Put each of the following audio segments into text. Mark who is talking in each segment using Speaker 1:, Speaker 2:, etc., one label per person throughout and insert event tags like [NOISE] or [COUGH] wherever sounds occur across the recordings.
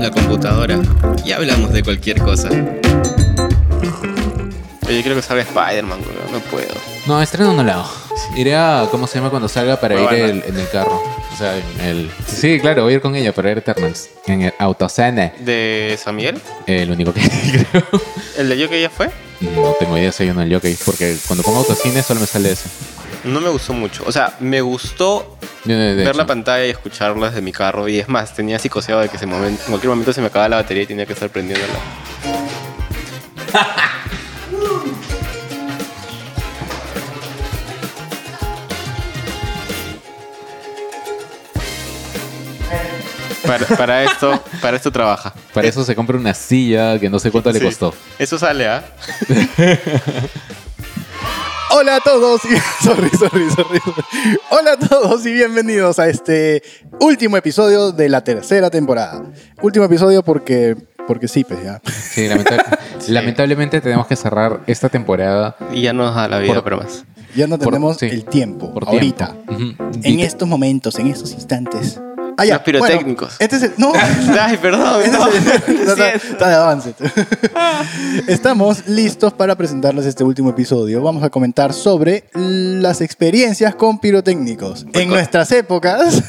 Speaker 1: la computadora y hablamos de cualquier cosa.
Speaker 2: Pero yo creo que sale Spider-Man, weón. No puedo.
Speaker 3: No, estreno no la hago. Iré a, ¿cómo se llama cuando salga para
Speaker 2: Bueno,
Speaker 3: ir
Speaker 2: bueno.
Speaker 3: el- en el carro? O sea, en el... Sí, claro, voy a ir con ella para ver Eternals. En el Autocene.
Speaker 2: ¿De San Miguel?
Speaker 3: El único que [LAUGHS] creo.
Speaker 2: ¿El de yo que ya fue?
Speaker 3: No tengo idea si hay uno en Jockey. Porque cuando pongo Autocine solo me sale eso.
Speaker 2: No me gustó mucho. O sea, me gustó
Speaker 3: De- de- de
Speaker 2: ver la
Speaker 3: hecho.
Speaker 2: pantalla y escucharla desde mi carro. Y es más, tenía psicoseado de que ese momento, en cualquier momento se me acababa la batería y tenía que estar prendiéndola. Para, para esto, para esto trabaja.
Speaker 3: Para eso se compra una silla que no sé cuánto le
Speaker 2: Sí.
Speaker 3: costó.
Speaker 2: Eso sale, ¿ah?
Speaker 4: Hola a todos y [LAUGHS] sorry, sorry, sorry. Hola a todos y bienvenidos a este último episodio de la tercera temporada. Último episodio porque porque sí, pues ya.
Speaker 3: Sí, lamenta-
Speaker 2: [LAUGHS]
Speaker 3: lamentablemente tenemos que cerrar esta temporada
Speaker 2: Y ya nos da la vida
Speaker 3: Por-
Speaker 2: para más.
Speaker 4: Ya no
Speaker 3: Por-
Speaker 4: tenemos
Speaker 3: sí.
Speaker 4: el tiempo
Speaker 3: por
Speaker 4: ahorita.
Speaker 3: tiempo. Ujú.
Speaker 4: En
Speaker 3: Y-
Speaker 4: estos momentos, en estos instantes. Ah, ya.
Speaker 2: Los pirotécnicos.
Speaker 4: bueno, este es el
Speaker 2: [LAUGHS]
Speaker 4: no.
Speaker 2: Ay, perdón,
Speaker 3: [LAUGHS]
Speaker 2: no.
Speaker 4: No, no,
Speaker 2: Sí,
Speaker 4: está de avance. Estamos listos para presentarles este último episodio. Vamos a comentar sobre las experiencias con pirotécnicos.
Speaker 2: Pues
Speaker 4: En
Speaker 2: [LAUGHS]
Speaker 4: nuestras épocas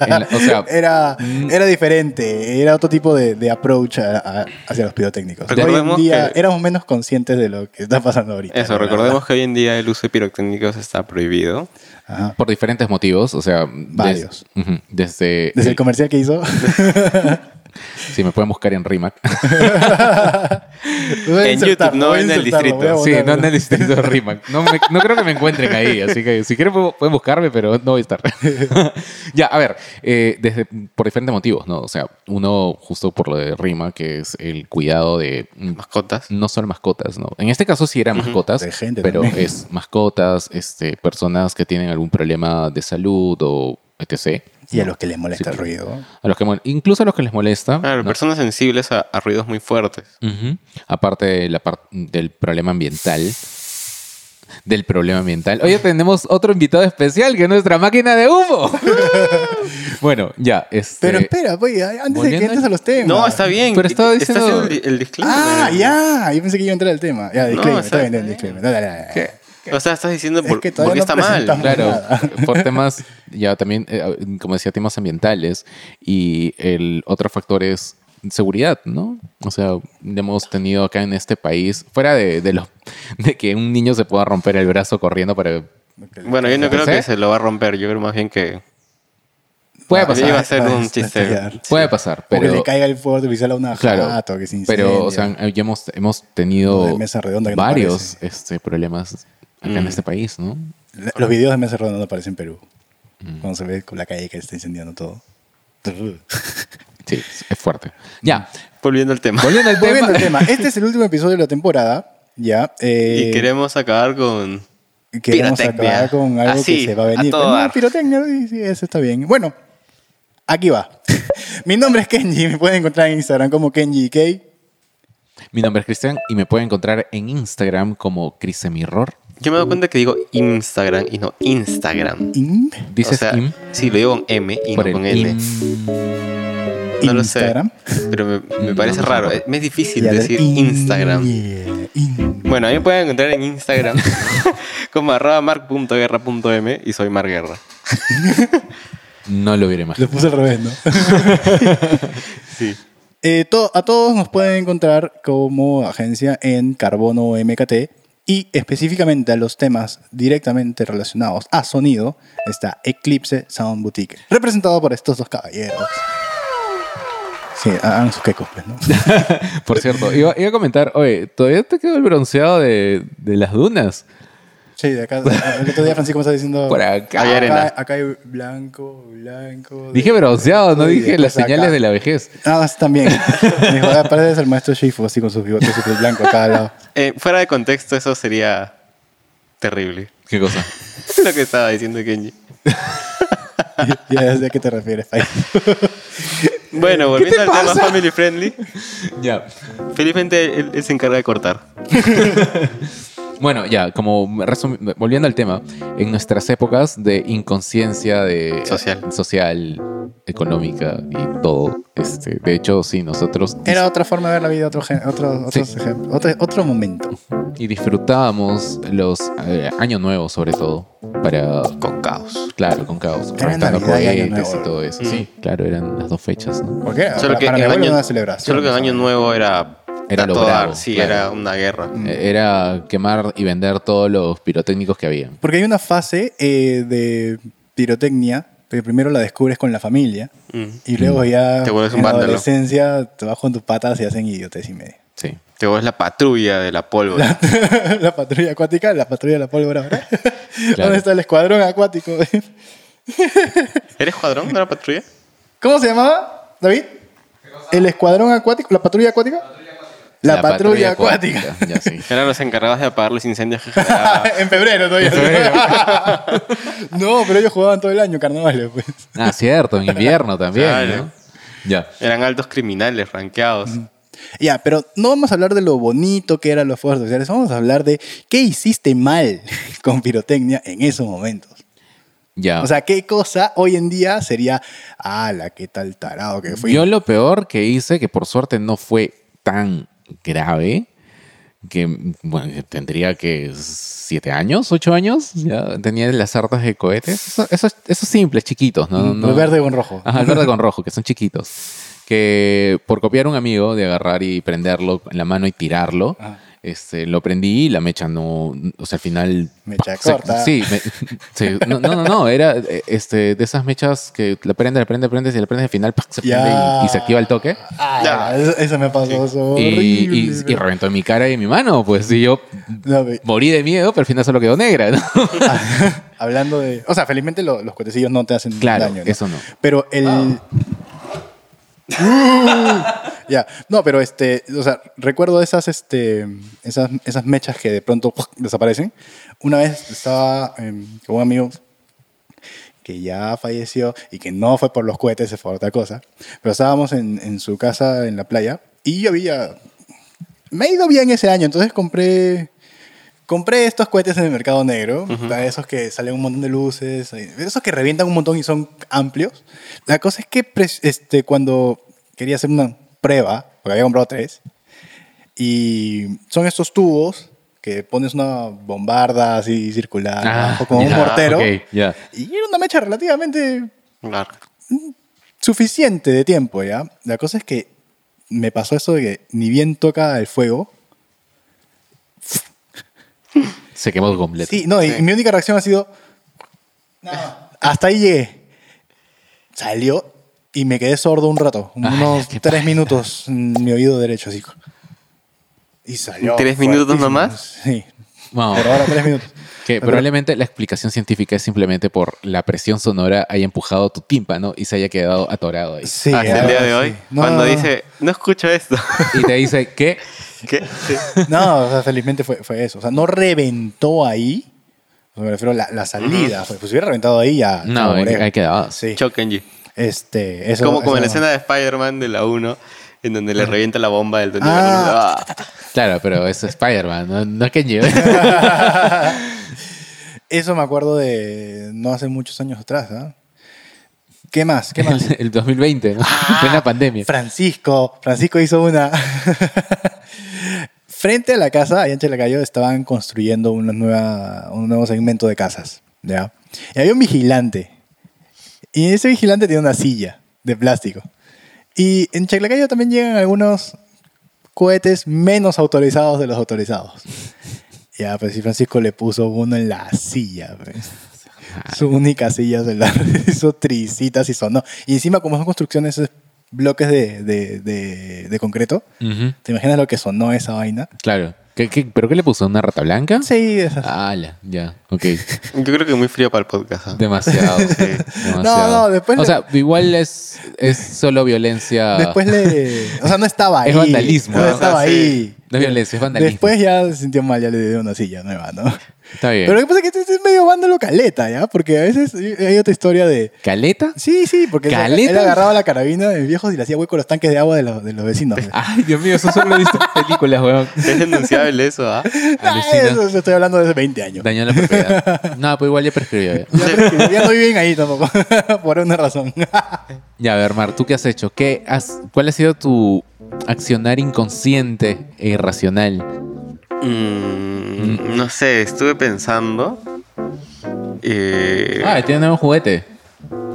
Speaker 3: en la- o sea,
Speaker 4: [LAUGHS] era,
Speaker 2: mm.
Speaker 4: era diferente, era otro tipo de, de approach a- a- hacia los pirotécnicos. Hoy en
Speaker 2: Recordemos
Speaker 4: día
Speaker 2: que-
Speaker 4: éramos menos conscientes de lo que está pasando ahorita.
Speaker 2: Eso,
Speaker 4: la verdad.
Speaker 2: recordemos que hoy en día el uso de pirotécnicos está prohibido.
Speaker 4: Ajá.
Speaker 3: por diferentes motivos, o sea, des-
Speaker 4: Varios.
Speaker 3: ujú, desde,
Speaker 2: Eh,
Speaker 4: Desde el comercial que hizo.
Speaker 3: si me pueden buscar en Rimac.
Speaker 4: [LAUGHS] Voy a
Speaker 2: En YouTube,
Speaker 4: insertarlo,
Speaker 2: no
Speaker 4: voy a
Speaker 2: en el
Speaker 4: insertarlo,
Speaker 2: distrito.
Speaker 4: voy a
Speaker 3: Sí,
Speaker 4: botarlo.
Speaker 3: no en el distrito de Rimac. No, me- no creo que me encuentren ahí, así que si quieren pu- pueden buscarme, pero no voy a estar. [LAUGHS] ya, a ver, eh, desde, por diferentes motivos, ¿no? O sea, uno justo por lo de Rimac, que es el cuidado de mm,
Speaker 2: Mascotas.
Speaker 3: no son mascotas, ¿no? En este caso sí eran mascotas,
Speaker 4: De gente
Speaker 3: pero
Speaker 4: también.
Speaker 3: es mascotas, este, personas que tienen algún problema de salud o etc.
Speaker 4: Y a los que les molesta
Speaker 3: Sí.
Speaker 4: el ruido.
Speaker 3: A los que mol- incluso a los que les molesta.
Speaker 2: Claro,
Speaker 3: ¿no?
Speaker 2: personas sensibles a, a ruidos muy fuertes.
Speaker 3: Ujú. Aparte de la par- del problema ambiental. Del problema ambiental. Oye, tenemos otro invitado especial que es nuestra máquina de humo. bueno, ya, este.
Speaker 4: Pero espera, pues, antes de que
Speaker 3: volviendo
Speaker 4: entres
Speaker 3: al-
Speaker 4: a los temas.
Speaker 2: No, está bien.
Speaker 3: Pero estaba
Speaker 2: Está
Speaker 3: diciendo-
Speaker 2: haciendo el, el disclaimer.
Speaker 4: Ah, ya. Yo pensé que iba a entrar al tema. Ya, disclaimer.
Speaker 2: No,
Speaker 4: está
Speaker 2: está-
Speaker 4: bien, ya, disclaimer. Dale, dale, dale.
Speaker 2: O sea, estás diciendo
Speaker 4: Es
Speaker 2: por,
Speaker 4: que
Speaker 2: por qué
Speaker 4: todavía
Speaker 2: está
Speaker 4: no
Speaker 2: mal.
Speaker 4: presentamos.
Speaker 3: Claro,
Speaker 4: nada.
Speaker 3: por temas, ya también, eh, como decía, temas ambientales y el otro factor es seguridad, ¿no? O sea, hemos tenido acá en este país, fuera de, de, lo, de que un niño se pueda romper el brazo corriendo para...
Speaker 2: Bueno, yo no creo
Speaker 3: ¿Sí?
Speaker 2: que se lo va a romper. Yo creo más bien que.
Speaker 3: Puede
Speaker 2: Ah, iba a
Speaker 3: pasar,
Speaker 2: ser
Speaker 4: [LAUGHS] Ah,
Speaker 2: un
Speaker 4: está
Speaker 2: chiste.
Speaker 4: bien.
Speaker 3: puede pasar,
Speaker 4: O que le
Speaker 3: pero...
Speaker 4: caiga el fuego artificial a una
Speaker 3: Claro,
Speaker 4: jato, que se
Speaker 3: pero, o
Speaker 4: incendie.
Speaker 3: sea, ya hemos, hemos
Speaker 4: Lo
Speaker 3: tenido
Speaker 4: de mesa redonda que no
Speaker 3: varios
Speaker 4: parece.
Speaker 3: este, problemas acá en
Speaker 2: Mm.
Speaker 3: este país, ¿no?
Speaker 4: Los videos de Mesa Redonda no aparecen en Perú. Cuando se ve con la calle que está incendiando
Speaker 2: [LAUGHS]
Speaker 4: todo.
Speaker 3: Sí, es fuerte. Ya,
Speaker 2: Volviendo al tema.
Speaker 3: volviendo al
Speaker 4: Mm. Volviendo
Speaker 3: tema.
Speaker 4: al tema. Este es el último episodio de la temporada. Ya. eh,
Speaker 2: Y queremos acabar con.
Speaker 4: queremos
Speaker 2: Pirotecnia.
Speaker 4: acabar con algo
Speaker 2: Así,
Speaker 4: que se va a
Speaker 2: a
Speaker 4: venir.
Speaker 2: todo
Speaker 4: Pero no,
Speaker 2: dar.
Speaker 4: pirotecnia, sí, sí, eso está bien. Bueno, aquí va. [LAUGHS] Mi nombre es Kenji, me pueden encontrar en Instagram como Kenji K.
Speaker 3: [LAUGHS] Mi nombre es Cristian y me pueden encontrar en Instagram como Crisemirror.
Speaker 2: Yo me doy cuenta que digo Instagram y no Instagram.
Speaker 4: In-
Speaker 3: Dices
Speaker 2: o sea,
Speaker 3: im
Speaker 2: sí, lo digo con M y
Speaker 3: por
Speaker 2: no con
Speaker 3: el
Speaker 2: N.
Speaker 3: im.
Speaker 2: No lo sé.
Speaker 4: Instagram.
Speaker 2: Pero me, me
Speaker 3: Mm,
Speaker 2: parece
Speaker 3: no,
Speaker 2: raro.
Speaker 3: no.
Speaker 2: eh, Me es difícil
Speaker 4: Y a ver,
Speaker 2: decir
Speaker 4: in-
Speaker 2: Instagram.
Speaker 4: yeah, in-
Speaker 2: Bueno, a mí me pueden encontrar en Instagram [LAUGHS] como arroba mark.guerra.m y soy Mark Guerra.
Speaker 3: No lo veré más.
Speaker 4: Lo puse al revés, ¿no?
Speaker 2: [LAUGHS] Sí.
Speaker 4: Eh, to- a todos nos pueden encontrar como agencia en Carbono MKT y específicamente a los temas directamente relacionados a sonido está Eclipse Sound Boutique, representado por estos dos caballeros. Sí, hagan sus quecos,
Speaker 2: [LAUGHS]
Speaker 4: pues, ¿no?
Speaker 3: Por cierto, iba, iba a comentar, oye, todavía te quedó el bronceado de, de las dunas.
Speaker 4: Sí, de acá, el otro día Francisco me está diciendo...
Speaker 3: Por acá.
Speaker 2: Hay arena.
Speaker 4: Acá, acá hay blanco, blanco...
Speaker 3: Dije
Speaker 4: de-
Speaker 3: bronceado, no
Speaker 4: y
Speaker 3: dije
Speaker 4: después
Speaker 3: las señales
Speaker 4: acá.
Speaker 3: de la vejez.
Speaker 4: Ah, sí, también. [LAUGHS] Me dijo, "Ah, pareces el maestro Shifu, así con sus bigotes súper blancos a cada lado. [LAUGHS]
Speaker 2: Eh, fuera de contexto, eso sería terrible. [LAUGHS]
Speaker 3: ¿Qué
Speaker 4: [LAUGHS]
Speaker 3: cosa?
Speaker 2: Lo que estaba diciendo Kenji.
Speaker 4: Ya sé a qué te refieres, Pai.
Speaker 2: Bueno, volviendo al tema
Speaker 3: pasa?
Speaker 2: family friendly,
Speaker 3: Ya.
Speaker 2: felizmente él, él se encarga de cortar.
Speaker 3: Bueno, ya, como resum- volviendo al tema, en nuestras épocas de inconsciencia de eh,
Speaker 2: Social.
Speaker 3: social, económica y todo, este, de hecho, sí, nosotros dis-
Speaker 4: Era otra forma de ver la vida, otro, gen- otro,
Speaker 3: Sí.
Speaker 4: otros ejem- otro, otro momento.
Speaker 3: y disfrutábamos los eh, años nuevos sobre todo para
Speaker 2: Con caos.
Speaker 3: claro, con caos, reventando
Speaker 4: Navidad y Año
Speaker 3: cohetes y
Speaker 4: Nuevo.
Speaker 3: todo eso.
Speaker 2: Mm.
Speaker 3: Sí, claro, eran las dos fechas, ¿no?
Speaker 4: ¿Por qué?
Speaker 2: Solo
Speaker 4: Ah, para,
Speaker 2: que
Speaker 4: para
Speaker 2: en
Speaker 4: mi abuelo
Speaker 2: año-
Speaker 4: era una celebración.
Speaker 2: Solo que en Año Nuevo era.
Speaker 3: Era
Speaker 2: a
Speaker 3: lo
Speaker 2: todo
Speaker 3: bravo,
Speaker 2: dar, Sí,
Speaker 3: claro.
Speaker 2: era una guerra.
Speaker 3: Eh, Era quemar y vender todos los pirotécnicos que había.
Speaker 4: Porque hay una fase eh, de pirotecnia, que primero la descubres con la familia
Speaker 2: Mm.
Speaker 4: y luego ya
Speaker 2: Te vuelves un
Speaker 4: en la
Speaker 2: vándalo.
Speaker 4: adolescencia te vas con tus patas y hacen idiotes y medio.
Speaker 3: Sí.
Speaker 2: Te ves la patrulla de la pólvora.
Speaker 4: [LAUGHS] la patrulla acuática, la patrulla de la pólvora ahora.
Speaker 3: Claro.
Speaker 4: ¿Dónde está el escuadrón acuático?
Speaker 2: [LAUGHS]
Speaker 4: [LAUGHS]
Speaker 2: ¿Eres cuadrón de la patrulla?
Speaker 4: ¿Cómo se llamaba, David? ¿El escuadrón acuático? ¿La patrulla acuática? La, patrulla acuática.
Speaker 3: Ya sí.
Speaker 2: Eran los encargados de apagar los incendios que generaba.
Speaker 4: [LAUGHS] en febrero todavía. [LAUGHS] no, pero ellos jugaban todo el año carnavales, pues.
Speaker 3: Ah, cierto, en invierno también,
Speaker 2: Claro.
Speaker 3: ¿no? Ya.
Speaker 2: Eran altos criminales ranqueados.
Speaker 4: Mm. Ya, pero no vamos a hablar de lo bonito que eran los fuegos sociales, vamos a hablar de qué hiciste mal [LAUGHS] con pirotecnia en esos momentos.
Speaker 3: Ya.
Speaker 4: O sea, qué cosa hoy en día sería, ala, qué tal tarado que fui.
Speaker 3: Yo lo peor que hice, que por suerte no fue tan grave, que bueno, tendría que siete años, ocho años, ya tenía las hartas de cohetes. Eso- Esos esos simples, chiquitos, ¿no?
Speaker 4: Mm,
Speaker 3: no,
Speaker 4: el verde con rojo.
Speaker 3: Ajá, el verde con rojo, que son chiquitos. Que por copiar a un amigo de agarrar y prenderlo en la mano y tirarlo,
Speaker 4: Ajá.
Speaker 3: este, lo prendí y la mecha no. O sea, al final.
Speaker 4: Mecha
Speaker 3: se-
Speaker 4: corta.
Speaker 3: Sí, me- sí, no, no, no, no, era eh, este, de esas mechas que la prende, la prende, prendes y la prendes al final ¡pac! se
Speaker 4: Ya.
Speaker 3: prende y, y se activa el toque.
Speaker 4: Ah,
Speaker 2: Ya.
Speaker 4: eso, eso me pasó eso
Speaker 3: Y,
Speaker 4: horrible.
Speaker 3: y- y reventó en mi cara y en mi mano, pues. Y yo
Speaker 4: No, ve,
Speaker 3: morí de miedo, pero al final solo quedó negra. ¿no?
Speaker 4: [LAUGHS] hablando de... O sea, felizmente lo- los cuetecillos no te hacen
Speaker 3: Claro,
Speaker 4: daño. ¿no?
Speaker 3: eso no.
Speaker 4: Pero el. Uh, [LAUGHS] ya. No, pero este. O sea, recuerdo esas, este, esas, esas mechas que de pronto desaparecen. Una vez estaba em, con un amigo que ya falleció y que no fue por los cohetes, se fue por otra cosa. Pero estábamos en, en su casa en la playa y yo había. Me ha ido bien ese año, entonces compré. Compré estos cohetes en el mercado negro, esos que salen un montón de luces, esos que revientan un montón y son amplios. La cosa es que pres- este, cuando quería hacer una prueba, porque había comprado tres, y son estos tubos que pones una bombarda así circular, abajo, Ah, como
Speaker 3: Ah, ya,
Speaker 4: un mortero,
Speaker 3: ok, ya.
Speaker 4: y era una mecha relativamente
Speaker 2: Claro.
Speaker 4: suficiente de tiempo, ¿ya? La cosa es que me pasó eso de que ni bien toca el fuego,
Speaker 3: Se quemó completo.
Speaker 4: Sí, no, y mi única reacción ha sido. Hasta ahí llegué. Salió y me quedé sordo un rato, unos
Speaker 3: qué
Speaker 4: tres minutos en mi oído derecho, así. Y salió.
Speaker 2: ¿Tres minutos
Speaker 4: fuertísimo.
Speaker 2: nomás?
Speaker 4: Sí,
Speaker 3: Vamos.
Speaker 4: por ahora tres minutos.
Speaker 3: Que
Speaker 4: Pero-
Speaker 3: probablemente la explicación científica es simplemente por la presión sonora haya empujado tu tímpano y se haya quedado atorado ahí.
Speaker 4: Sí,
Speaker 2: Hasta el
Speaker 4: ahora
Speaker 2: día de
Speaker 4: sí.
Speaker 2: hoy.
Speaker 4: No,
Speaker 2: cuando
Speaker 4: no, no.
Speaker 2: dice, no escucho esto. [LAUGHS]
Speaker 3: Y te dice
Speaker 4: [LAUGHS]
Speaker 3: que
Speaker 2: ¿Qué?
Speaker 4: No, o sea, felizmente fue, fue eso. O sea, no reventó ahí. O sea, me refiero a la, la salida. Fue, pues si hubiera reventado ahí ya.
Speaker 3: no,
Speaker 4: chao,
Speaker 3: ahí
Speaker 4: Moreno.
Speaker 3: ahí quedabas.
Speaker 4: Sí.
Speaker 2: Chokenji.
Speaker 4: Este, eso,
Speaker 2: como como en
Speaker 4: eso-
Speaker 2: la escena de Spider-Man de la 1, en donde le revienta la bomba del Duende
Speaker 4: Ah.
Speaker 2: Verde. Ah.
Speaker 3: Claro, pero es Spider-Man, no, no es ¿eh? que
Speaker 4: [LAUGHS]
Speaker 3: lleve.
Speaker 4: Eso me acuerdo de no hace muchos años atrás, ¿ah? ¿Qué más?
Speaker 3: [LAUGHS]
Speaker 4: ¿Qué más? Ah.
Speaker 3: El, el 2020, ¿no? plena pandemia.
Speaker 4: Francisco, Francisco hizo una. [LAUGHS] Frente a la casa, allá en Chalacayo, estaban construyendo una nueva, un nuevo segmento de casas, ¿ya? Y había un vigilante. Y ese vigilante tenía una silla de plástico. Y en Chalacayo también llegan algunos cohetes menos autorizados de los autorizados. Ya, pues si Francisco le puso uno en la silla, pues. Su única silla se la [LAUGHS] hizo tricitas y sonó. Y encima, como son construcciones, es bloques de, de, de- de concreto,
Speaker 3: Ujú,
Speaker 4: ¿te imaginas lo que sonó esa vaina?
Speaker 3: Claro. ¿Qué- qué- pero qué le puso? ¿Una rata blanca?
Speaker 4: Sí, esas.
Speaker 3: Ala, ya. ok. Ok.
Speaker 2: Yo creo que muy fría para el podcast. ¿ah?
Speaker 4: [LAUGHS]
Speaker 3: Demasiado. demasiado.
Speaker 4: No, no, después
Speaker 3: O
Speaker 4: le-
Speaker 3: sea, igual es, es solo violencia.
Speaker 4: Después le. O sea, no estaba ahí.
Speaker 3: Ah. [LAUGHS] Es vandalismo,
Speaker 4: No
Speaker 3: ¿no?
Speaker 4: estaba
Speaker 2: O sea, sí.
Speaker 4: ahí.
Speaker 3: No es violencia, es vandalismo.
Speaker 4: Después ya se sintió mal, ya le dio una silla nueva, ¿no?
Speaker 3: Está bien.
Speaker 4: Pero lo que pasa es que este es medio vándalo caleta, ¿ya? Porque a veces hay otra historia de.
Speaker 3: ¿Caleta?
Speaker 4: Sí, sí, porque él-
Speaker 3: ¿Caleta?
Speaker 4: él agarraba la carabina de viejos y le hacía hueco a los tanques de agua de los, de
Speaker 3: [LAUGHS]
Speaker 4: los vecinos.
Speaker 3: Ay, Dios mío, eso solo he visto en películas, weón.
Speaker 2: Es denunciable eso, ¿ah?
Speaker 4: Ah,
Speaker 3: Alucina.
Speaker 4: eso, eso estoy hablando de hace 20
Speaker 3: [LAUGHS]
Speaker 4: años.
Speaker 3: Dañó la propiedad. No, pues igual ya prescribió. Ya.
Speaker 4: Ya, prescribió, ya no viven ahí tampoco, [LAUGHS] por una razón. [LAUGHS]
Speaker 3: Ya, a ver, Mar, ¿tú qué has hecho? ¿Qué has, ¿Cuál ha sido tu accionar inconsciente e irracional?
Speaker 2: Mm, no sé, estuve pensando. eh,
Speaker 3: Ah, tiene un nuevo juguete.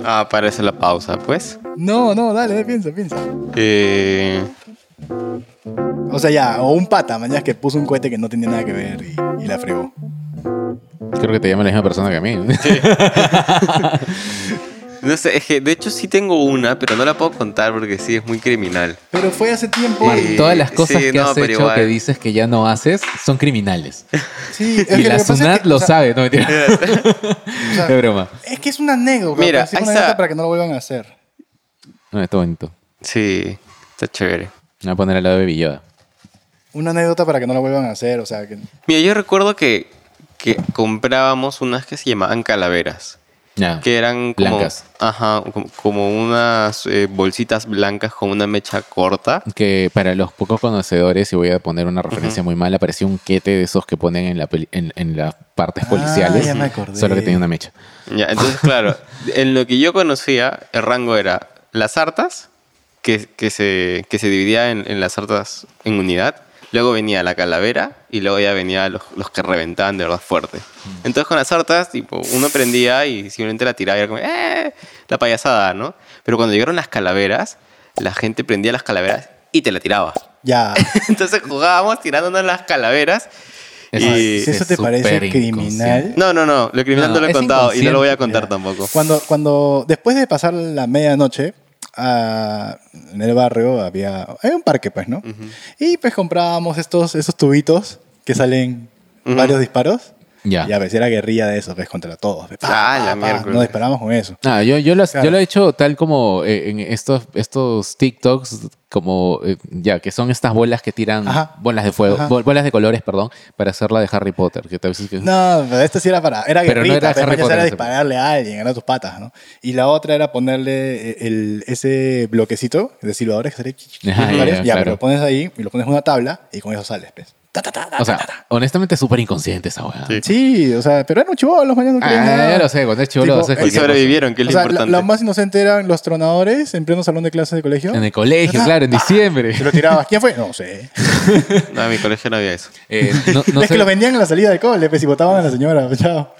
Speaker 2: ah, parece la pausa, pues.
Speaker 4: No, no, dale, dale, piensa, piensa.
Speaker 2: Eh,
Speaker 4: O sea, ya, o un pata, mañana que puso un cohete que no tenía nada que ver y, y la fregó.
Speaker 3: Creo que te llama la misma persona que a mí.
Speaker 2: no sé, es que de hecho sí tengo una, pero no la puedo contar porque sí es muy criminal.
Speaker 4: Pero fue hace
Speaker 3: [LAUGHS]
Speaker 4: tiempo.
Speaker 3: Mar,
Speaker 2: Sí,
Speaker 3: todas las cosas
Speaker 2: sí,
Speaker 3: que
Speaker 2: no,
Speaker 3: has
Speaker 2: pero
Speaker 3: hecho
Speaker 2: igual.
Speaker 3: que dices que ya no haces son criminales.
Speaker 4: Sí, es que
Speaker 3: Y
Speaker 4: lo
Speaker 3: la
Speaker 4: que pasa es
Speaker 3: SUNAT
Speaker 4: que,
Speaker 3: lo
Speaker 4: o sea,
Speaker 3: sabe, no
Speaker 2: [LAUGHS]
Speaker 3: mentira.
Speaker 4: o sea,
Speaker 3: De broma.
Speaker 4: Es que es una anécdota.
Speaker 2: Mira,
Speaker 4: pero sí es
Speaker 2: ahí
Speaker 4: una
Speaker 2: está.
Speaker 4: anécdota para que no lo vuelvan a hacer.
Speaker 3: No, está bonito.
Speaker 2: Sí, está chévere.
Speaker 3: Me voy a poner al lado de Villoda.
Speaker 4: Una anécdota para que no lo vuelvan a hacer, o sea, que
Speaker 2: Mira, yo recuerdo que, que comprábamos unas que se llamaban calaveras.
Speaker 3: Ya.
Speaker 2: Que eran como,
Speaker 3: Blancas.
Speaker 2: Ajá, como, como unas eh, bolsitas blancas con una mecha corta.
Speaker 3: Que para los pocos conocedores, y voy a poner una referencia muy mala, parecía un quete de esos que ponen en, la peli- en, en las partes
Speaker 4: Ah,
Speaker 3: policiales.
Speaker 4: ya me acordé.
Speaker 3: Solo que tenía una mecha.
Speaker 2: Ya, entonces, claro, en lo que yo conocía, el rango era las hartas, que, que se, que se dividía en, en las hartas en unidad. Luego venía la calavera y luego ya venía los, los que reventaban de verdad fuerte. Entonces con las hartas, tipo, uno prendía y simplemente la tiraba y era como, ¡eh! La payasada, ¿no? Pero cuando llegaron las calaveras, la gente prendía las calaveras y te la tiraba.
Speaker 4: ya.
Speaker 2: Entonces jugábamos tirándonos las calaveras. [LAUGHS]
Speaker 3: Es-
Speaker 2: y...
Speaker 4: si eso te
Speaker 3: es
Speaker 4: parece
Speaker 3: súper
Speaker 4: criminal.
Speaker 2: No, no, no, lo criminal
Speaker 3: No,
Speaker 2: no, lo he
Speaker 3: es
Speaker 2: contado y no lo voy a contar
Speaker 4: Ya.
Speaker 2: tampoco.
Speaker 4: Cuando, cuando, después de pasar la medianoche, ah, en el barrio había, hay un parque, pues, ¿no? Y pues comprábamos estos, esos tubitos que salen
Speaker 2: Ujú.
Speaker 4: varios disparos.
Speaker 3: Ya.
Speaker 4: Y a veces era guerrilla de esos, pues, contra todos. pues, pa,
Speaker 2: Ah, la
Speaker 4: pa, pa.
Speaker 2: miércoles.
Speaker 4: Nos disparamos con eso.
Speaker 3: Ah, yo, yo, lo,
Speaker 4: Claro.
Speaker 3: yo lo he hecho tal como eh, en estos, estos TikToks, como eh, ya, que son estas bolas que tiran
Speaker 4: Ajá.
Speaker 3: bolas de fuego,
Speaker 4: Ajá.
Speaker 3: bol- bolas de colores, perdón, para hacerla de Harry Potter. Que a veces que-
Speaker 4: No, pero esta sí era para. Era
Speaker 3: Pero no
Speaker 4: guerrita,
Speaker 3: era
Speaker 4: pues,
Speaker 3: Harry
Speaker 4: mañas
Speaker 3: Potter,
Speaker 4: era
Speaker 3: ese.
Speaker 4: dispararle a alguien, ganar tus patas, ¿no? Y la otra era ponerle el, el- ese bloquecito de silbadores que sería.
Speaker 3: Ajá,
Speaker 4: silbadores,
Speaker 3: ya,
Speaker 4: ya,
Speaker 3: claro.
Speaker 4: pero lo pones ahí y lo pones en una tabla y con eso sales, pues. Ta, ta, ta, ta,
Speaker 3: O
Speaker 4: ta, ta.
Speaker 3: sea, honestamente es súper inconsciente esa weá.
Speaker 2: Sí.
Speaker 4: Sí, o sea, pero eran chivos, los mañanos no creían
Speaker 3: Ah,
Speaker 4: nada.
Speaker 3: ya lo sé, cuando es chulo,
Speaker 4: Tipo,
Speaker 3: haces
Speaker 4: Y
Speaker 2: Y
Speaker 3: cualquier
Speaker 2: sobrevivieron, que es lo
Speaker 4: O sea, la,
Speaker 2: importante.
Speaker 4: la más inocente eran los tronadores en pleno salón de clases de colegio.
Speaker 3: cosa. En el colegio, claro,
Speaker 4: Ah.
Speaker 3: en diciembre.
Speaker 4: Te lo tirabas. ¿Quién fue? No sé.
Speaker 2: No, en mi colegio no había eso.
Speaker 3: Eh, no- no
Speaker 4: es
Speaker 3: sé-
Speaker 4: que los vendían en la salida del cole, pues, y botaban a la señora. pues, Chao.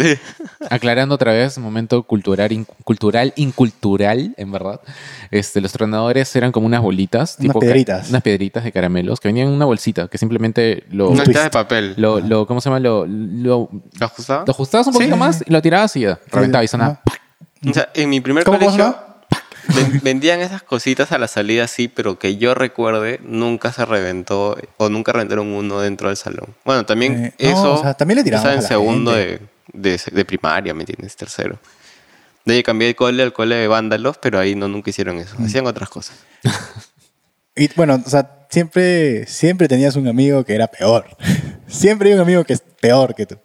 Speaker 3: Aclarando otra vez, momento cultural, in- cultural, incultural, en verdad. Este, los tronadores eran como unas bolitas.
Speaker 4: Unas
Speaker 3: ca-
Speaker 4: piedritas.
Speaker 3: Unas piedritas de caramelos que venían en una bolsita, que simplemente lo...
Speaker 2: Una
Speaker 4: twist.
Speaker 2: caja de papel. ¿Lo,
Speaker 3: lo, lo- ¿Cómo se llama? Lo, lo,
Speaker 2: ajustaba?
Speaker 3: lo ajustabas un poquito
Speaker 4: Sí.
Speaker 3: más y lo tirabas y ya, reventaba y sonaba.
Speaker 2: O sea, en mi primer
Speaker 4: ¿Cómo, cómo
Speaker 2: colegio ven- vendían esas cositas a la salida así, pero que yo recuerde, nunca se reventó o nunca reventaron uno dentro del salón. Bueno, también
Speaker 4: Eh, no,
Speaker 2: eso.
Speaker 4: o sea, también le tiramos
Speaker 2: estaba
Speaker 4: a
Speaker 2: en
Speaker 4: la
Speaker 2: segundo de, de, de primaria, ¿me entiendes? Tercero. De ahí cambié de cole al cole de vándalos, pero ahí no nunca hicieron eso.
Speaker 4: Mm.
Speaker 2: Hacían otras cosas.
Speaker 4: Y bueno, o sea, siempre, siempre tenías un amigo que era peor. [LAUGHS] siempre hay un amigo que es peor que tú.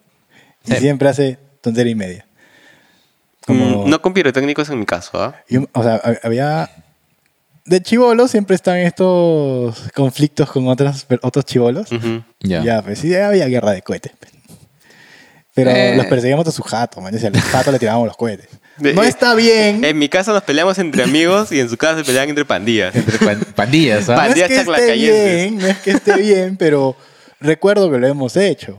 Speaker 4: Y siempre hace tontería y media. Como,
Speaker 2: Mm, No con pirotécnicos en mi caso, ¿ah?
Speaker 4: y un- o sea, hab- había... De chivolos siempre están estos conflictos con otras, per- otros chivolos.
Speaker 2: Ujú.
Speaker 3: Ya.
Speaker 4: Ya, pues sí, había guerra de cohetes. pe. Pero
Speaker 3: Eh.
Speaker 4: los perseguíamos a su jato, man. Y al jato le tirábamos los cohetes.
Speaker 2: De- eh,
Speaker 4: No está bien.
Speaker 2: En mi casa nos peleamos entre amigos y en su casa se peleaban entre pandillas.
Speaker 3: Entre
Speaker 4: [LAUGHS]
Speaker 3: pan- pandillas,
Speaker 2: Pa-
Speaker 3: ¿ah?
Speaker 4: no es
Speaker 2: Pandillas
Speaker 4: que esté
Speaker 2: chaclacayenses.
Speaker 4: bien, no es que esté bien, pero recuerdo que lo hemos hecho.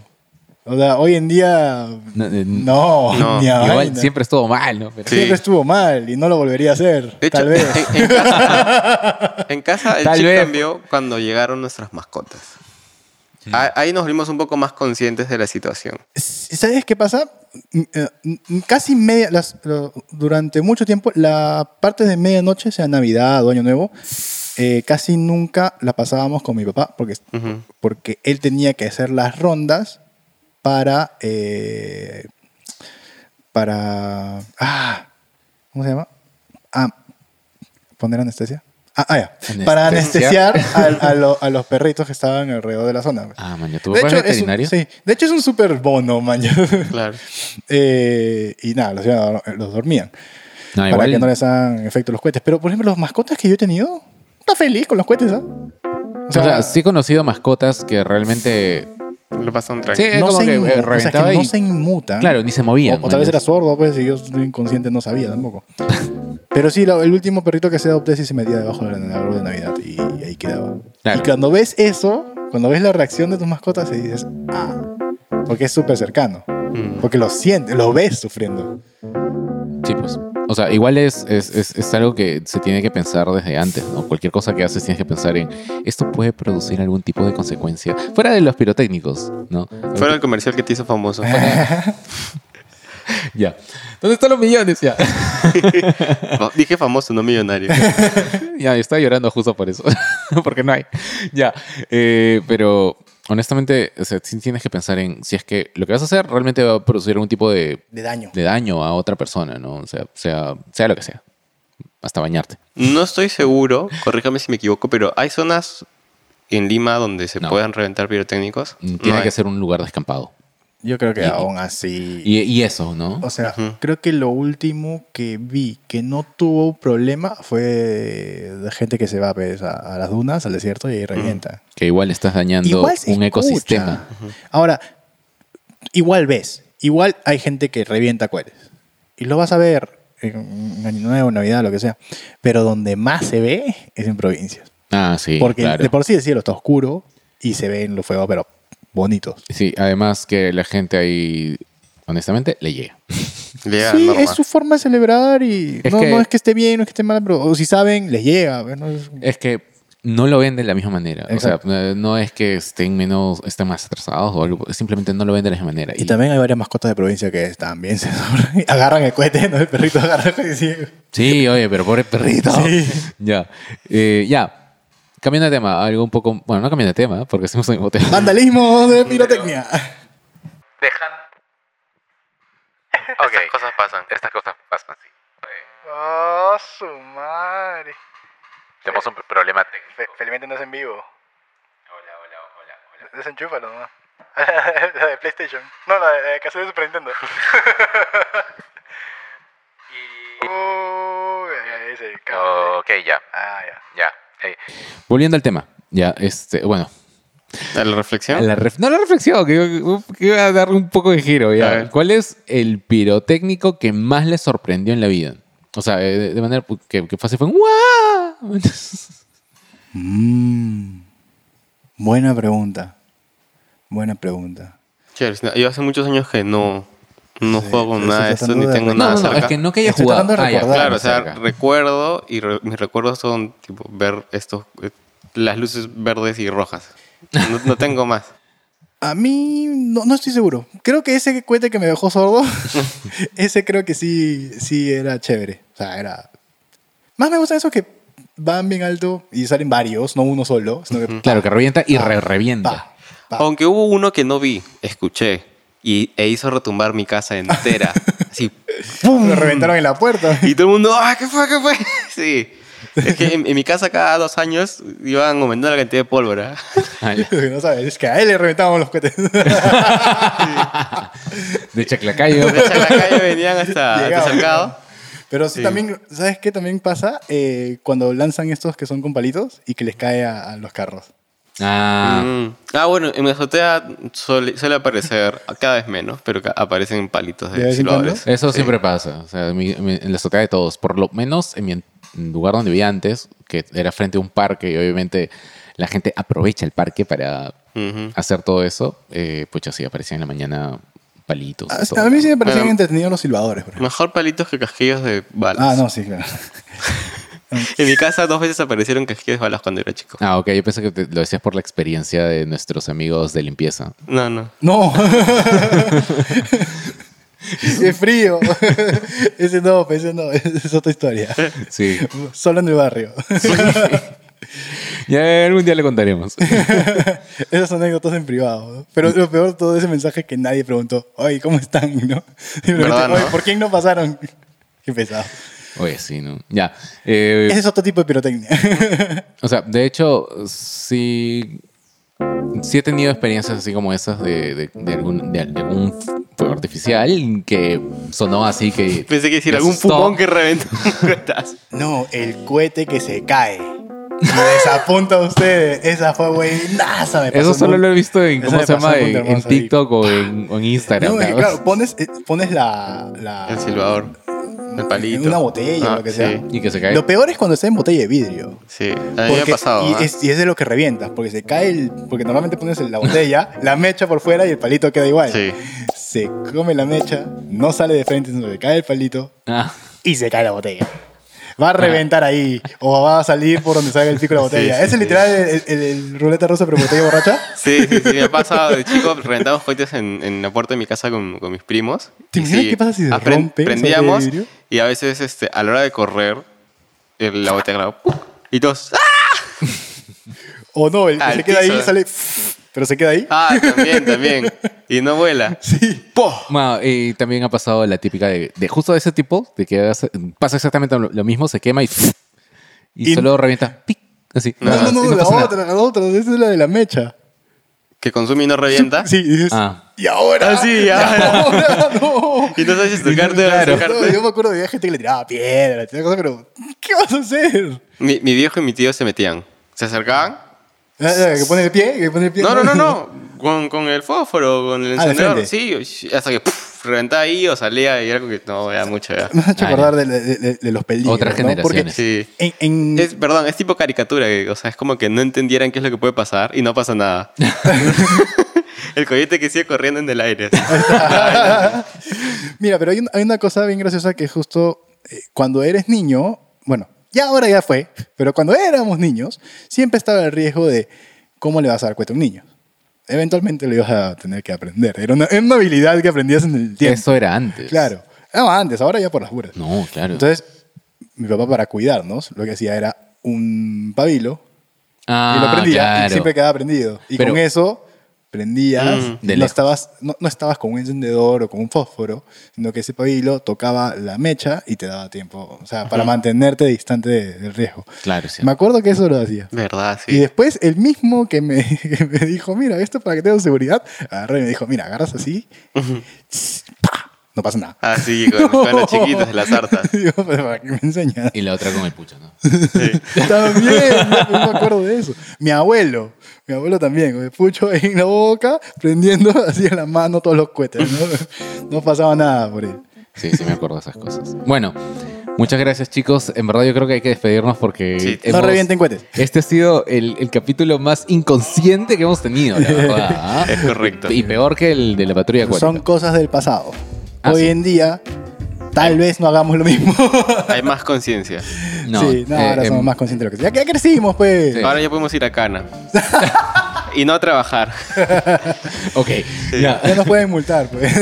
Speaker 4: O sea, hoy en día
Speaker 3: No, eh,
Speaker 4: no,
Speaker 2: no.
Speaker 4: ni a
Speaker 3: Igual
Speaker 4: vaina.
Speaker 3: siempre estuvo mal, ¿no? Pero-
Speaker 2: Sí.
Speaker 4: Siempre estuvo mal y no lo volvería a hacer,
Speaker 2: De hecho,
Speaker 4: tal vez.
Speaker 2: [LAUGHS] En, en casa,
Speaker 4: [LAUGHS]
Speaker 2: en casa el
Speaker 3: Tal
Speaker 2: chip
Speaker 3: vez.
Speaker 2: cambió cuando llegaron nuestras mascotas.
Speaker 3: Mm.
Speaker 2: A- Ahí nos volvimos un poco más conscientes de la situación.
Speaker 4: S- ¿Sabes qué pasa? M- eh, m- Casi media, las- lo- durante mucho tiempo, la parte de medianoche, sea Navidad o Año Nuevo, eh, casi nunca la pasábamos con mi papá porque,
Speaker 2: Ujú.
Speaker 4: porque él tenía que hacer las rondas para eh, para... Ah, ¿Cómo se llama? Ah, ¿Poner anestesia? Ah, ah, ya. Para
Speaker 3: Anestesia.
Speaker 4: anestesiar al- a, lo- a los perritos que estaban alrededor de la zona. pues. güey.
Speaker 3: Ah, mañana, ¿tú
Speaker 4: De
Speaker 3: vas
Speaker 4: hecho, es un,
Speaker 3: veterinario?
Speaker 4: sí. de hecho, es un super bono, man. [LAUGHS]
Speaker 2: Claro.
Speaker 4: Eh, y nada, los, iban a- los dormían.
Speaker 3: No,
Speaker 4: para
Speaker 3: Ah, igual-
Speaker 4: que no les hagan efecto los cohetes. Pero, por ejemplo, los mascotas que yo he tenido, está feliz con los cohetes, ¿ah? O
Speaker 3: o sea,
Speaker 4: Ah.
Speaker 3: sí he conocido mascotas que realmente...
Speaker 2: Lo pasa un
Speaker 3: Sí,
Speaker 2: tranqui.
Speaker 3: es
Speaker 4: no
Speaker 3: como
Speaker 4: se
Speaker 3: que eh,
Speaker 4: inmutan. O sea,
Speaker 3: reventaba
Speaker 4: que no
Speaker 3: y-
Speaker 4: se inmutan.
Speaker 3: Claro, ni se
Speaker 4: O,
Speaker 3: movían.
Speaker 4: Ah. o tal vez
Speaker 3: mañas.
Speaker 4: era sordo, pues, y yo inconsciente no
Speaker 3: [LAUGHS]
Speaker 4: sabía tampoco. Pero sí, lo- el último perrito que se adopté sí se metía debajo del árbol de Navidad y, ahí quedaba.
Speaker 3: Claro.
Speaker 4: Y cuando ves eso, cuando ves la reacción de tus mascotas, y dices, ah, porque es súper cercano.
Speaker 2: Mm.
Speaker 4: Porque lo sientes, lo ves sufriendo.
Speaker 3: Sí, pues. O sea, igual es, es, es- es algo que se tiene que pensar desde antes, ¿no? Cualquier cosa que haces tienes que pensar en esto puede producir algún tipo de consecuencia. Fuera de los pirotécnicos, ¿no?
Speaker 2: Fuera el comercial que te hizo
Speaker 4: [LAUGHS]
Speaker 2: famoso.
Speaker 3: [LAUGHS] Ya. ¿Dónde están los millones? Ya. [LAUGHS]
Speaker 2: Fa- Dije famoso, no millonario.
Speaker 3: ya, estaba llorando justo por eso. [LAUGHS] Porque no hay. Ya. Eh, pero honestamente, o sea, sí tienes que pensar en si es que lo que vas a hacer realmente va a producir algún tipo de,
Speaker 4: De daño.
Speaker 3: de daño a otra persona, ¿no? O sea, sea, sea lo que sea. Hasta bañarte.
Speaker 2: No estoy seguro, corríjame si me equivoco, pero hay zonas en Lima donde se
Speaker 3: No. Mm,
Speaker 2: puedan reventar pirotécnicos. No
Speaker 3: Tiene
Speaker 2: hay.
Speaker 3: que ser un lugar descampado.
Speaker 4: Yo creo que
Speaker 3: Y-
Speaker 4: aún así.
Speaker 3: Y, y eso, ¿no?
Speaker 4: o sea, creo que lo último que vi que no tuvo problema fue de gente que se va pues, a, a las dunas, al desierto y ahí revienta.
Speaker 3: Que igual estás dañando
Speaker 4: Igual se
Speaker 3: un
Speaker 4: escucha.
Speaker 3: ecosistema.
Speaker 4: Ahora, igual ves, igual hay gente que revienta cohetes. Y lo vas a ver en Año Nuevo, Navidad, lo que sea. Pero donde más se ve es en provincias.
Speaker 3: Ah, sí.
Speaker 4: Porque
Speaker 3: claro.
Speaker 4: de por sí el cielo está oscuro y se ven los fuegos, pero bonitos.
Speaker 3: Sí, además que la gente ahí, honestamente, le llega.
Speaker 4: Mm.
Speaker 2: Llega
Speaker 4: sí,
Speaker 2: normal.
Speaker 4: es su forma de celebrar y
Speaker 3: Es
Speaker 4: no,
Speaker 3: que-
Speaker 4: no es que esté bien, no es que esté mal, pero o si saben, les llega. pues, no es-
Speaker 3: Es que no lo ven de la misma manera.
Speaker 4: Exacto.
Speaker 3: O sea, no es que estén menos, estén más atrasados o algo. Simplemente no lo ven de la misma manera.
Speaker 4: Y también hay varias mascotas de provincia que también [LAUGHS] se agarran el cohete, ¿no? el perrito agarra el cohete y sigue.
Speaker 3: Sí, oye, pero pobre perrito.
Speaker 4: Sí.
Speaker 3: [LAUGHS] Ya. Eh, ya. Cambiando de tema, algo un poco. Bueno, no cambiando de tema, porque estamos en el mismo tema.
Speaker 4: Ah. Vandalismo de pirotecnia.
Speaker 5: dejan.
Speaker 2: Estas cosas pasan.
Speaker 5: Estas cosas pasan así.
Speaker 4: Oh, su madre.
Speaker 5: Tenemos un problema técnico.
Speaker 4: felizmente no es en vivo.
Speaker 5: Hola, hola, hola, hola.
Speaker 4: Desenchúfalo nomás. [LAUGHS] la de PlayStation. No, la de casa de Super
Speaker 5: [LAUGHS]
Speaker 4: Nintendo. [LAUGHS]
Speaker 5: Y...
Speaker 4: Uy, ahí se
Speaker 5: Ok, ya,
Speaker 4: Ah, ya.
Speaker 5: ya. Eh,
Speaker 3: Volviendo al tema. Ya, este, bueno.
Speaker 2: ¿A la
Speaker 3: a
Speaker 2: reflexión?
Speaker 3: la ref- no a la reflexión, que, que iba a dar un poco de giro.
Speaker 2: A
Speaker 3: Ya.
Speaker 2: ver.
Speaker 3: ¿Cuál es el pirotécnico que más le sorprendió en la vida? O sea, eh, de, de manera pu- que, que fue así, fue un ¡guau! [LAUGHS]
Speaker 4: Mm. buena pregunta. Buena pregunta.
Speaker 2: Chévere, no, yo hace muchos años que no, no
Speaker 4: Sí,
Speaker 2: juego
Speaker 4: estoy
Speaker 2: nada de esto,
Speaker 4: tratando
Speaker 2: ni
Speaker 4: de
Speaker 2: tengo
Speaker 4: recordar.
Speaker 2: nada
Speaker 3: No, no, no,
Speaker 2: cerca.
Speaker 3: es que no que haya
Speaker 4: Estoy
Speaker 3: jugado.
Speaker 4: tratando de
Speaker 3: Ah, ya,
Speaker 4: recordar,
Speaker 2: Claro, o sea,
Speaker 3: cerca.
Speaker 2: recuerdo y re- mis recuerdos son tipo ver estos eh, las luces verdes y rojas. No, no tengo
Speaker 4: [LAUGHS]
Speaker 2: más.
Speaker 4: A mí no, no estoy seguro. Creo que ese cohete que me dejó sordo, [LAUGHS] ese creo que sí, sí era chévere. O sea, era... Más me gustan esos que van bien alto y salen varios, no uno solo, sino que...
Speaker 3: Claro, que revienta y
Speaker 4: Pa,
Speaker 3: re- revienta.
Speaker 4: pa, pa.
Speaker 2: Aunque hubo uno que no vi, escuché y, e hizo retumbar mi casa
Speaker 4: [LAUGHS]
Speaker 2: entera. Así.
Speaker 4: Lo reventaron en la [LAUGHS] puerta.
Speaker 2: Y todo el mundo, ¡ah, qué fue, qué fue! [LAUGHS] Sí. Es que en, en mi casa cada dos años iban aumentando la cantidad de pólvora. [LAUGHS]
Speaker 3: Ah, ya.
Speaker 4: Lo que no sabes es que a él le reventamos los cohetes. [LAUGHS]
Speaker 3: De
Speaker 2: [LAUGHS]
Speaker 3: Chaclacayo.
Speaker 2: De hecho, en la calle venían hasta hasta
Speaker 4: Llegaba.
Speaker 2: cercado.
Speaker 4: Pero sí,
Speaker 2: Sí.
Speaker 4: también, ¿sabes qué también pasa? Eh, cuando lanzan estos que son con palitos y que les cae a, a los carros.
Speaker 3: Ah,
Speaker 2: Mm. Ah, bueno, en la azotea suele, suele aparecer cada vez menos, pero ca- aparecen palitos
Speaker 4: ¿De
Speaker 2: de
Speaker 4: vez en cuando?
Speaker 2: silbadores.
Speaker 3: eso siempre pasa. O sea, en mi- en mi- en la azotea de todos. Por lo menos en mi en- lugar donde vivía antes, que era frente a un parque y obviamente la gente aprovecha el parque para
Speaker 2: Ujú.
Speaker 3: hacer todo eso. Eh, pucha, sí, aparecían en la mañana palitos.
Speaker 4: A,
Speaker 3: y todo.
Speaker 4: a mí Ah, sí me parecían
Speaker 2: Bueno.
Speaker 4: entretenidos los silbadores, por ejemplo.
Speaker 2: Mejor palitos que casquillos de balas.
Speaker 4: Ah, no, sí, claro.
Speaker 2: En mi casa dos veces aparecieron casquillos de balas cuando era chico.
Speaker 3: Ah, ok, yo pensé que te- lo decías por la experiencia de nuestros amigos de limpieza.
Speaker 2: No, no.
Speaker 4: No. Qué [LAUGHS] frío. pues,
Speaker 3: [LAUGHS]
Speaker 4: ese no, ese no, esa es otra historia.
Speaker 3: Sí.
Speaker 4: Solo en el barrio.
Speaker 3: Ya algún día le contaremos.
Speaker 4: Esas anécdotas en privado. ¿no? Pero lo peor de todo ese mensaje que nadie preguntó, oye, ¿cómo están? ¿No? [LAUGHS] Simplemente,
Speaker 2: ¿Verdad, no?
Speaker 4: "Oye, ¿por quién no pasaron? Qué pesado.
Speaker 3: Oye, sí, ¿no? Ya. Eh,
Speaker 4: Ese es otro tipo de pirotecnia. [LAUGHS]
Speaker 3: O sea, de hecho, sí. Sí he tenido experiencias así como esas de, de, de algún, de, de algún fuego artificial que sonó así que.
Speaker 2: Pensé que decir
Speaker 3: me
Speaker 2: algún
Speaker 3: asustó.
Speaker 2: pupón que reventó. Estás-
Speaker 4: no, el cohete que se cae. Me desapunta a ustedes. Esa fue buenaza. Me pasó
Speaker 3: Eso solo
Speaker 4: muy-
Speaker 3: lo he visto en,
Speaker 4: Esa
Speaker 3: ¿cómo
Speaker 4: me
Speaker 3: se
Speaker 4: pasó
Speaker 3: llama?
Speaker 4: muy
Speaker 3: En, en
Speaker 4: hermosa ahí.
Speaker 3: TikTok o en, o en Instagram.
Speaker 4: No, es que,
Speaker 3: ¿no?
Speaker 4: claro, pones, eh, pones la, la-
Speaker 2: El silbador. El palito.
Speaker 4: una botella o
Speaker 2: Ah,
Speaker 4: lo que
Speaker 2: sí,
Speaker 4: sea.
Speaker 3: Y que se cae.
Speaker 4: Lo peor es cuando está en botella de vidrio.
Speaker 2: Sí, a mí me ha
Speaker 4: Porque-
Speaker 2: pasado.
Speaker 4: Y,
Speaker 2: ¿ah?
Speaker 4: es, y es de lo que revientas, porque se cae el. Porque normalmente pones la botella, [LAUGHS] la mecha por fuera y el palito queda igual.
Speaker 2: Sí.
Speaker 4: Se come la mecha, no sale de frente, sino que cae el palito
Speaker 3: Ah,
Speaker 4: y se cae la botella. Va a reventar ahí, o va a salir por donde salga el pico de la botella.
Speaker 2: Ah. [LAUGHS] Sí, sí,
Speaker 4: Ese es literal el, el- el ruleta rusa, pero botella borracha.
Speaker 2: Sí, sí, sí, me ha pasado de chico, reventamos cohetes en, en la puerta de mi casa con, con mis primos.
Speaker 4: ¿Te
Speaker 2: Y
Speaker 4: imaginas qué pasa si se
Speaker 2: apren-
Speaker 4: rompe esa botella de
Speaker 2: Prendíamos
Speaker 4: vidrio?
Speaker 2: y a veces este, a la hora de correr, el- la botella grabó ¡pum! y todos ¡ah!
Speaker 4: O no, el que
Speaker 2: Al
Speaker 4: se queda ahí
Speaker 2: piso.
Speaker 4: sale. Pero se queda ahí.
Speaker 2: ¡Ah! También, también. Y no vuela.
Speaker 4: Sí.
Speaker 3: bueno, y también ha pasado la típica de, de justo de ese tipo, de que hace- pasa exactamente lo, lo mismo, se quema y, y,
Speaker 4: Y-
Speaker 3: solo revienta. ¡pic! Así.
Speaker 4: No, no, no,
Speaker 3: Y
Speaker 4: la
Speaker 3: pasa nada.
Speaker 4: otra, la otra, esa es la de la mecha.
Speaker 2: Que consume y no revienta.
Speaker 4: Sí, dices.
Speaker 3: Ah.
Speaker 4: Y ahora.
Speaker 2: Ah, sí,
Speaker 4: [LAUGHS] y
Speaker 2: ahora.
Speaker 4: ahora, no.
Speaker 2: Y no sabes si tocarte o
Speaker 4: No,
Speaker 2: acercarte.
Speaker 4: yo me acuerdo de gente que le tiraba piedra, le tiraba cosas, pero ¿qué vas a hacer?
Speaker 2: Mi, mi viejo y mi tío se metían. Se acercaban.
Speaker 4: Ah, ah, Que pone el pie, que pone el pie.
Speaker 2: No, no, no, no. Con, con el fósforo, con el
Speaker 4: Ah, de
Speaker 2: encendedor.
Speaker 4: frente.
Speaker 2: Sí, y- hasta que ¡puf! reventaba ahí o salía y era como que no, ya mucho ya.
Speaker 4: [LAUGHS] Me has hecho
Speaker 3: Ah,
Speaker 4: acordar de, de- de- de los peligros.
Speaker 3: Otras
Speaker 4: ¿no? Porque
Speaker 3: generaciones.
Speaker 2: Sí.
Speaker 4: en, en-
Speaker 2: Es, perdón, es tipo caricatura, que, o sea, es como que no entendieran qué es lo que puede pasar y no pasa
Speaker 4: [LAUGHS]
Speaker 2: nada. el cohete que sigue corriendo en el aire.
Speaker 4: Mira, pero hay, un- hay una cosa bien graciosa que justo eh, cuando eres niño, bueno, ya ahora ya fue, pero cuando éramos niños, siempre estaba el riesgo de cómo le vas a dar cuenta a un niño. Eventualmente lo ibas a tener que aprender. Era una, era una habilidad que aprendías en el tiempo.
Speaker 3: Eso era antes.
Speaker 4: Claro. No, antes, ahora ya por las puras.
Speaker 3: No, claro.
Speaker 4: Entonces, mi papá para cuidarnos, lo que hacía era un pabilo
Speaker 3: ah,
Speaker 4: y lo prendía y
Speaker 3: claro.
Speaker 4: siempre quedaba prendido. Y
Speaker 3: Pero-
Speaker 4: con eso prendías,
Speaker 2: Mm.
Speaker 3: De
Speaker 4: no,
Speaker 3: lejos.
Speaker 4: estabas, no, no estabas con un encendedor o con un fósforo, sino que ese pabilo tocaba la mecha y te daba tiempo, o sea, para mantenerte distante de- del riesgo.
Speaker 3: Claro, sí.
Speaker 4: Me acuerdo que eso lo hacía.
Speaker 2: Verdad,
Speaker 4: Y
Speaker 2: sí.
Speaker 4: después el mismo que me, [LAUGHS] que me dijo, mira, esto para que tengas seguridad, agarré y me dijo, mira, agarras así, tss, pa, no pasa nada.
Speaker 2: Así, Ah, con, con
Speaker 4: [LAUGHS]
Speaker 2: los chiquitos de las hartas.
Speaker 4: Digo, "Pero ¿Para qué me enseñas?
Speaker 3: Y la otra con el pucho, ¿no?
Speaker 4: También, [LAUGHS] no, no me acuerdo de eso. Mi abuelo, mi abuelo también, con el pucho en la boca, prendiendo [LAUGHS] así en la mano todos los cohetes. No, [LAUGHS] No pasaba nada por él.
Speaker 3: Sí, sí me acuerdo de esas cosas. Bueno, muchas gracias chicos. En verdad yo creo que hay que despedirnos porque...
Speaker 2: Sí.
Speaker 4: No revienten cohetes.
Speaker 3: Este ha sido el, el capítulo más inconsciente que hemos tenido,
Speaker 4: [LAUGHS]
Speaker 3: la verdad. ¿ah?
Speaker 2: Es correcto.
Speaker 3: Y peor que el de la patrulla acuática.
Speaker 4: Son cosas del pasado.
Speaker 3: Ah,
Speaker 4: Hoy
Speaker 3: sí.
Speaker 4: en día, tal vez no hagamos lo mismo. [LAUGHS]
Speaker 2: Hay más conciencia.
Speaker 3: No,
Speaker 4: sí, no,
Speaker 3: eh,
Speaker 4: ahora
Speaker 3: em,
Speaker 4: somos más conscientes de lo que Ya, ya crecimos, pues.
Speaker 3: Sí.
Speaker 2: Ahora ya podemos ir a Cana.
Speaker 4: [LAUGHS]
Speaker 2: y no a trabajar.
Speaker 3: Ok, ya.
Speaker 4: Ya nos pueden multar, pues.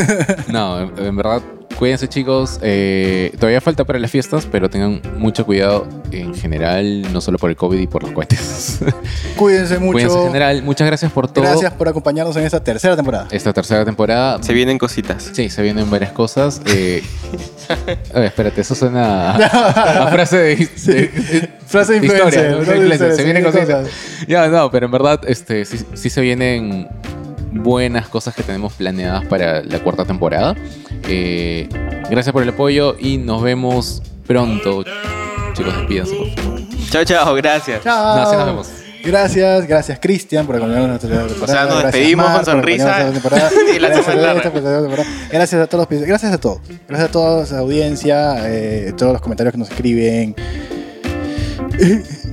Speaker 3: [LAUGHS] No, en, en verdad, cuídense chicos. Eh, todavía falta para las fiestas, pero tengan mucho cuidado en general, no solo por el COVID y por los cohetes. [LAUGHS] Cuídense
Speaker 4: Cuídense
Speaker 3: en
Speaker 4: mucho.
Speaker 3: general. Muchas gracias por todo. Eh,
Speaker 4: Gracias por acompañarnos en esta tercera temporada.
Speaker 3: Esta tercera temporada.
Speaker 2: Se vienen cositas.
Speaker 3: Sí, se vienen varias cosas. Eh, a ver, espérate, eso suena [LAUGHS] a, a frase de, de-
Speaker 4: Frase de
Speaker 3: historia,
Speaker 4: influencer,
Speaker 3: ¿no?
Speaker 4: frase de
Speaker 3: Influencer,
Speaker 4: influencer,
Speaker 3: Se vienen
Speaker 4: se vienen
Speaker 3: cositas. Ya, no, pero en verdad, este, sí, sí se vienen buenas cosas que tenemos planeadas para la cuarta temporada. Eh, gracias por el apoyo y nos vemos pronto. Chicos, despídanse, por favor.
Speaker 2: Chao, chao, gracias.
Speaker 4: Chao.
Speaker 3: No, así nos vemos.
Speaker 4: Gracias, gracias Cristian por acompañarnos en esta temporada.
Speaker 2: nos
Speaker 4: Gracias,
Speaker 2: despedimos
Speaker 4: Mar,
Speaker 2: con
Speaker 4: por acompañarnos
Speaker 2: sonrisa.
Speaker 4: en
Speaker 3: [LAUGHS]
Speaker 4: esta temporada.
Speaker 2: Y la
Speaker 4: gracias,
Speaker 2: semana
Speaker 4: a
Speaker 2: larga.
Speaker 4: esta temporada. gracias a todos, los- gracias a todos, gracias a toda la audiencia, eh, todos los comentarios que nos escriben. [LAUGHS]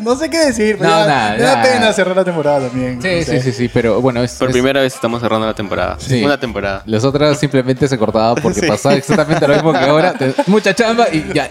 Speaker 4: no sé qué decir, pero
Speaker 3: No,
Speaker 4: ya-
Speaker 3: nada,
Speaker 4: me da
Speaker 3: nada.
Speaker 4: pena cerrar la temporada también.
Speaker 3: Sí,
Speaker 4: No
Speaker 3: sí,
Speaker 4: sé.
Speaker 3: sí, sí, pero bueno, es,
Speaker 2: Por
Speaker 3: es-
Speaker 2: primera vez estamos cerrando la temporada.
Speaker 3: Sí.
Speaker 2: Una temporada.
Speaker 3: [LAUGHS] las otras simplemente se cortaba porque pasaba exactamente lo mismo que ahora. Te- mucha chamba y ya.